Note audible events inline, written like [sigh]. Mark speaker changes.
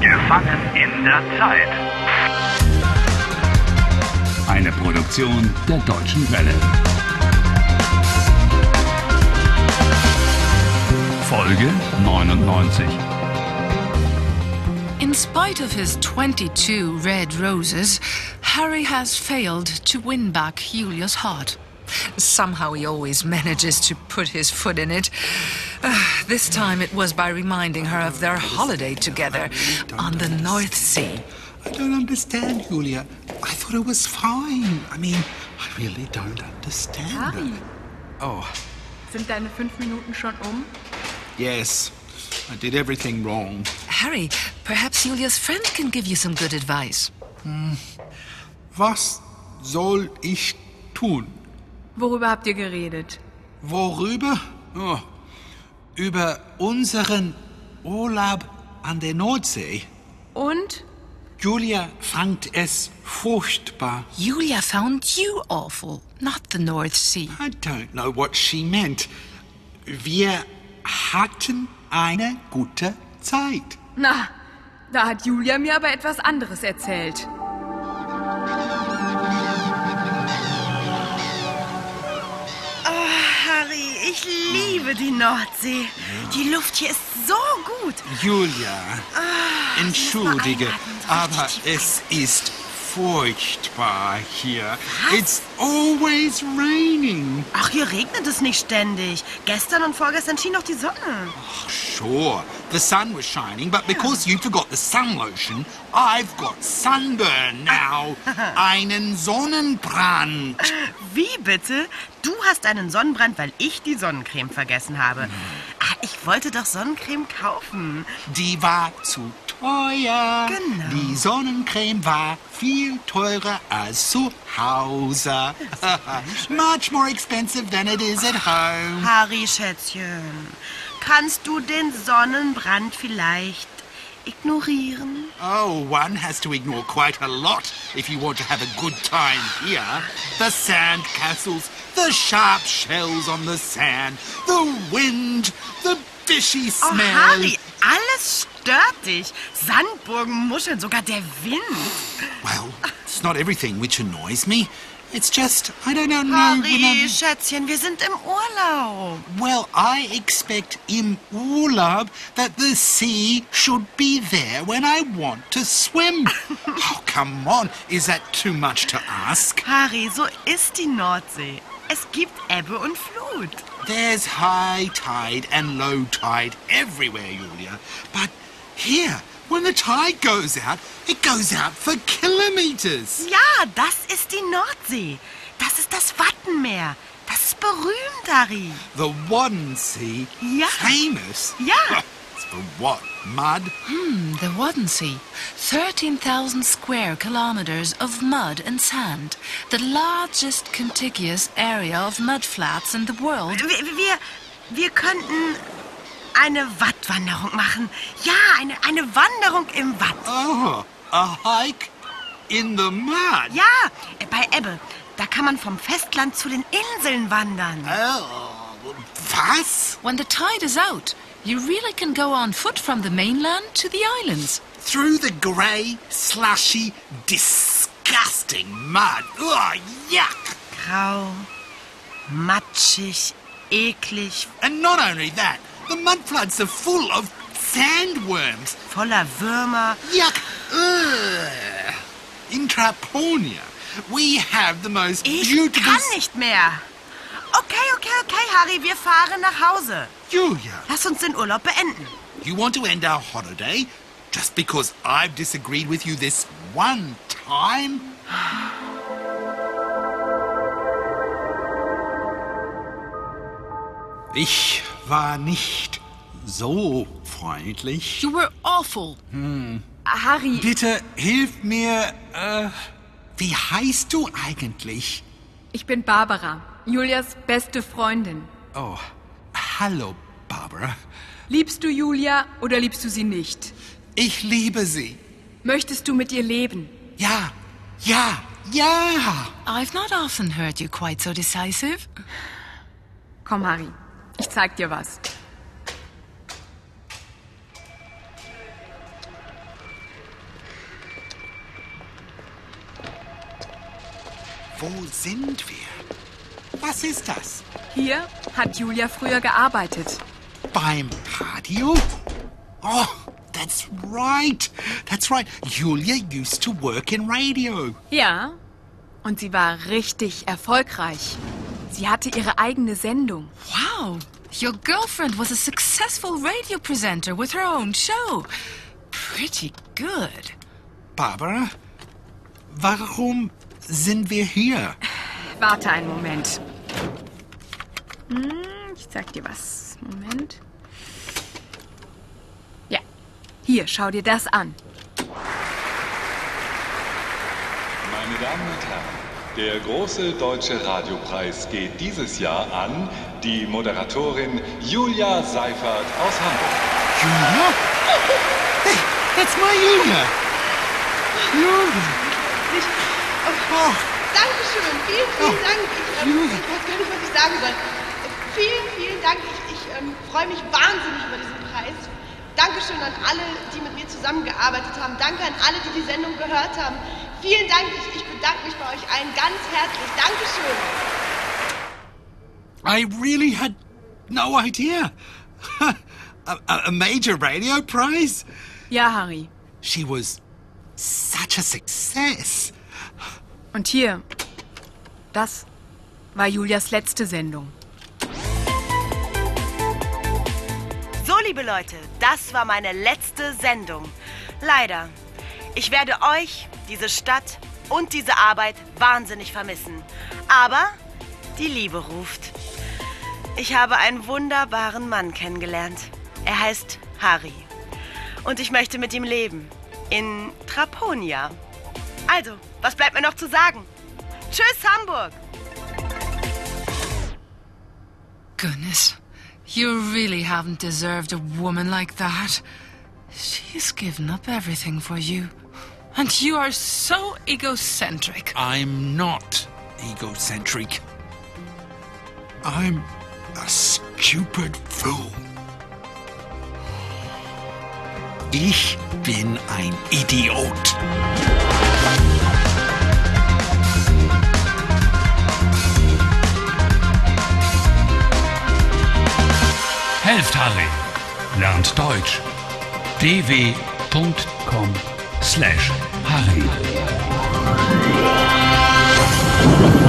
Speaker 1: Gefangen in der Zeit.
Speaker 2: Eine Produktion der Deutschen Welle. Folge 99.
Speaker 3: In spite of his 22 red roses, Harry has failed to win back Julia's heart. Somehow he always manages to put his foot in it. Ah, this time it was by reminding her of their holiday together on the North Sea.
Speaker 4: I don't understand, Julia. I thought it was fine. I mean, I really don't understand.
Speaker 5: Harry,
Speaker 4: Oh,
Speaker 5: sind deine fünf Minuten schon um?
Speaker 4: yes. I did everything wrong.
Speaker 3: Harry, perhaps Julia's friend can give you some good advice.
Speaker 4: Was soll ich tun?
Speaker 5: Worüber habt ihr geredet?
Speaker 4: Worüber? Oh, über unseren Urlaub an der Nordsee.
Speaker 5: Und?
Speaker 4: Julia fand es furchtbar.
Speaker 3: Julia found you awful, not the North Sea.
Speaker 4: I don't know what she meant. Wir hatten eine gute Zeit.
Speaker 5: Na, da hat Julia mir aber etwas anderes erzählt.
Speaker 6: Harry, ich liebe die Nordsee. Die Luft hier ist so gut.
Speaker 4: Julia,
Speaker 6: Ah,
Speaker 4: entschuldige,
Speaker 6: einatmen, so
Speaker 4: aber
Speaker 6: richtig tief
Speaker 4: es ist furchtbar hier. It's always raining.
Speaker 6: Ach, hier regnet es nicht ständig. Gestern und vorgestern schien noch die Sonne.
Speaker 4: Sure, the sun was shining, but
Speaker 6: Ah.
Speaker 4: because you forgot the sun lotion, I've got sunburn
Speaker 6: [laughs]
Speaker 4: now. Einen Sonnenbrand.
Speaker 6: Wie bitte? Du hast einen Sonnenbrand, weil ich die Sonnencreme vergessen habe. Ah, ich wollte doch Sonnencreme kaufen.
Speaker 4: Die war zu teuer.
Speaker 6: Genau.
Speaker 4: Die Sonnencreme war viel teurer als zu Hause. [laughs] Much more expensive than it is at home.
Speaker 6: Harry, Schätzchen, kannst du den Sonnenbrand vielleicht ignorieren?
Speaker 4: Oh, one has to ignore quite a lot if you want to have a good time here. The sand castles, the sharp shells on the sand, the wind, the fishy
Speaker 6: Oh,
Speaker 4: smell.
Speaker 6: Harry, alles stört dich. Sandburgen, Muscheln, sogar der Wind.
Speaker 4: Well, it's not everything which annoys me. It's just, I don't know. when I'm-
Speaker 6: Harry, genau. Schätzchen, wir sind im Urlaub.
Speaker 4: Well, I expect in Urlaub that the sea should be there when I want to swim. oh, come on. Is that too much to ask?
Speaker 6: Harry, so ist die Nordsee. Es gibt Ebbe und Flut.
Speaker 4: There's high tide and low tide everywhere, Julia. But here, when the tide goes out, it goes out for kilometers.
Speaker 6: Ja, das ist die Nordsee. Das ist das Wattenmeer. Das ist berühmt, Harry.
Speaker 4: The Wadden Sea,
Speaker 6: Yeah.
Speaker 4: famous.
Speaker 6: Yeah.
Speaker 4: it's for what? Mud?
Speaker 3: The Wadden Sea, 13,000 square kilometers of mud and sand, the largest contiguous area of mudflats in the world.
Speaker 6: Wir, wir, wir könnten eine Wattwanderung machen. Ja, eine, eine Wanderung im Watt.
Speaker 4: Oh, a hike in the mud.
Speaker 6: Ja, bei Ebbe. Da kann man vom Festland zu den Inseln wandern.
Speaker 4: Oh, was?
Speaker 3: When the tide is out, you really can go on foot from the mainland to the islands.
Speaker 4: Through the grey, slushy, disgusting mud. Oh, yuck!
Speaker 6: Grau, matschig, eklig,
Speaker 4: And not only that, the mud floods are full of sandworms.
Speaker 6: voller Würmer.
Speaker 4: Yuck! Ugh. In Traponia, we have the most
Speaker 6: Ich
Speaker 4: beautiful.
Speaker 6: kann nicht mehr. Okay, okay, okay, Harry, wir fahren nach Hause.
Speaker 4: Julia,
Speaker 6: Lass uns den Urlaub beenden.
Speaker 4: you want to end our holiday just because I've disagreed with you this one time? Ich war nicht so freundlich.
Speaker 3: You were awful.
Speaker 5: Harry,
Speaker 4: Bitte hilf mir. Äh, wie heißt du eigentlich?
Speaker 5: ich bin Barbara, Julias beste Freundin.
Speaker 4: Oh, hallo, Barbara.
Speaker 5: Liebst du Julia oder liebst du sie nicht?
Speaker 4: Ich liebe sie.
Speaker 5: Möchtest du mit ihr leben?
Speaker 4: Ja, ja, ja.
Speaker 3: I've not often heard you quite so decisive.
Speaker 5: Komm, Harry, ich zeig dir was.
Speaker 4: Wo sind wir? Was ist das?
Speaker 5: Hier hat Julia früher gearbeitet.
Speaker 4: Beim Radio? Oh, that's right. That's right. Julia used to work in radio.
Speaker 5: Ja. Und sie war richtig erfolgreich. Sie hatte ihre eigene Sendung.
Speaker 3: Wow, your girlfriend was a successful radio presenter with her own show. Pretty good.
Speaker 4: Barbara, warum sind wir hier?
Speaker 5: Warte einen Moment. Hm, ich zeig dir was. Moment. Ja. Hier, schau dir das an.
Speaker 7: Meine Damen und Herren, der große deutsche Radiopreis geht dieses Jahr an die Moderatorin Julia Seifert aus Hamburg.
Speaker 4: Julia? Hey, that's my Julia. Julia. Oh,
Speaker 8: Dankeschön, vielen, vielen
Speaker 4: Oh,
Speaker 8: Dank. Ich, ähm,
Speaker 4: Julia.
Speaker 8: ich weiß gar nicht, was ich sagen soll. Äh, Vielen, vielen Dank. Ich, ich ähm, freue mich wahnsinnig über diesen Preis. Dankeschön an alle, die mit mir zusammengearbeitet haben. Danke an alle, die die Sendung gehört haben. Vielen Dank. Ich, ich bedanke mich bei euch allen ganz herzlich. Dankeschön.
Speaker 4: I really had no idea. [laughs] a, a- a major radio prize?
Speaker 5: Ja, Harry.
Speaker 4: She was such a success.
Speaker 5: Und hier. Das war Julias letzte Sendung.
Speaker 6: So, liebe Leute, das war meine letzte Sendung. Leider. Ich werde euch, diese Stadt und diese Arbeit wahnsinnig vermissen. Aber die Liebe ruft. Ich habe einen wunderbaren Mann kennengelernt. Er heißt Harry. Und ich möchte mit ihm leben. In Traponia. Also, was bleibt mir noch zu sagen? Tschüss, Hamburg!
Speaker 3: Goodness, you really haven't deserved a woman like that. She's given up everything for you. And you are so egocentric.
Speaker 4: I'm not egocentric. I'm a stupid fool. Ich bin ein Idiot.
Speaker 2: Helft Harry. Lernt Deutsch. dw.com/harry.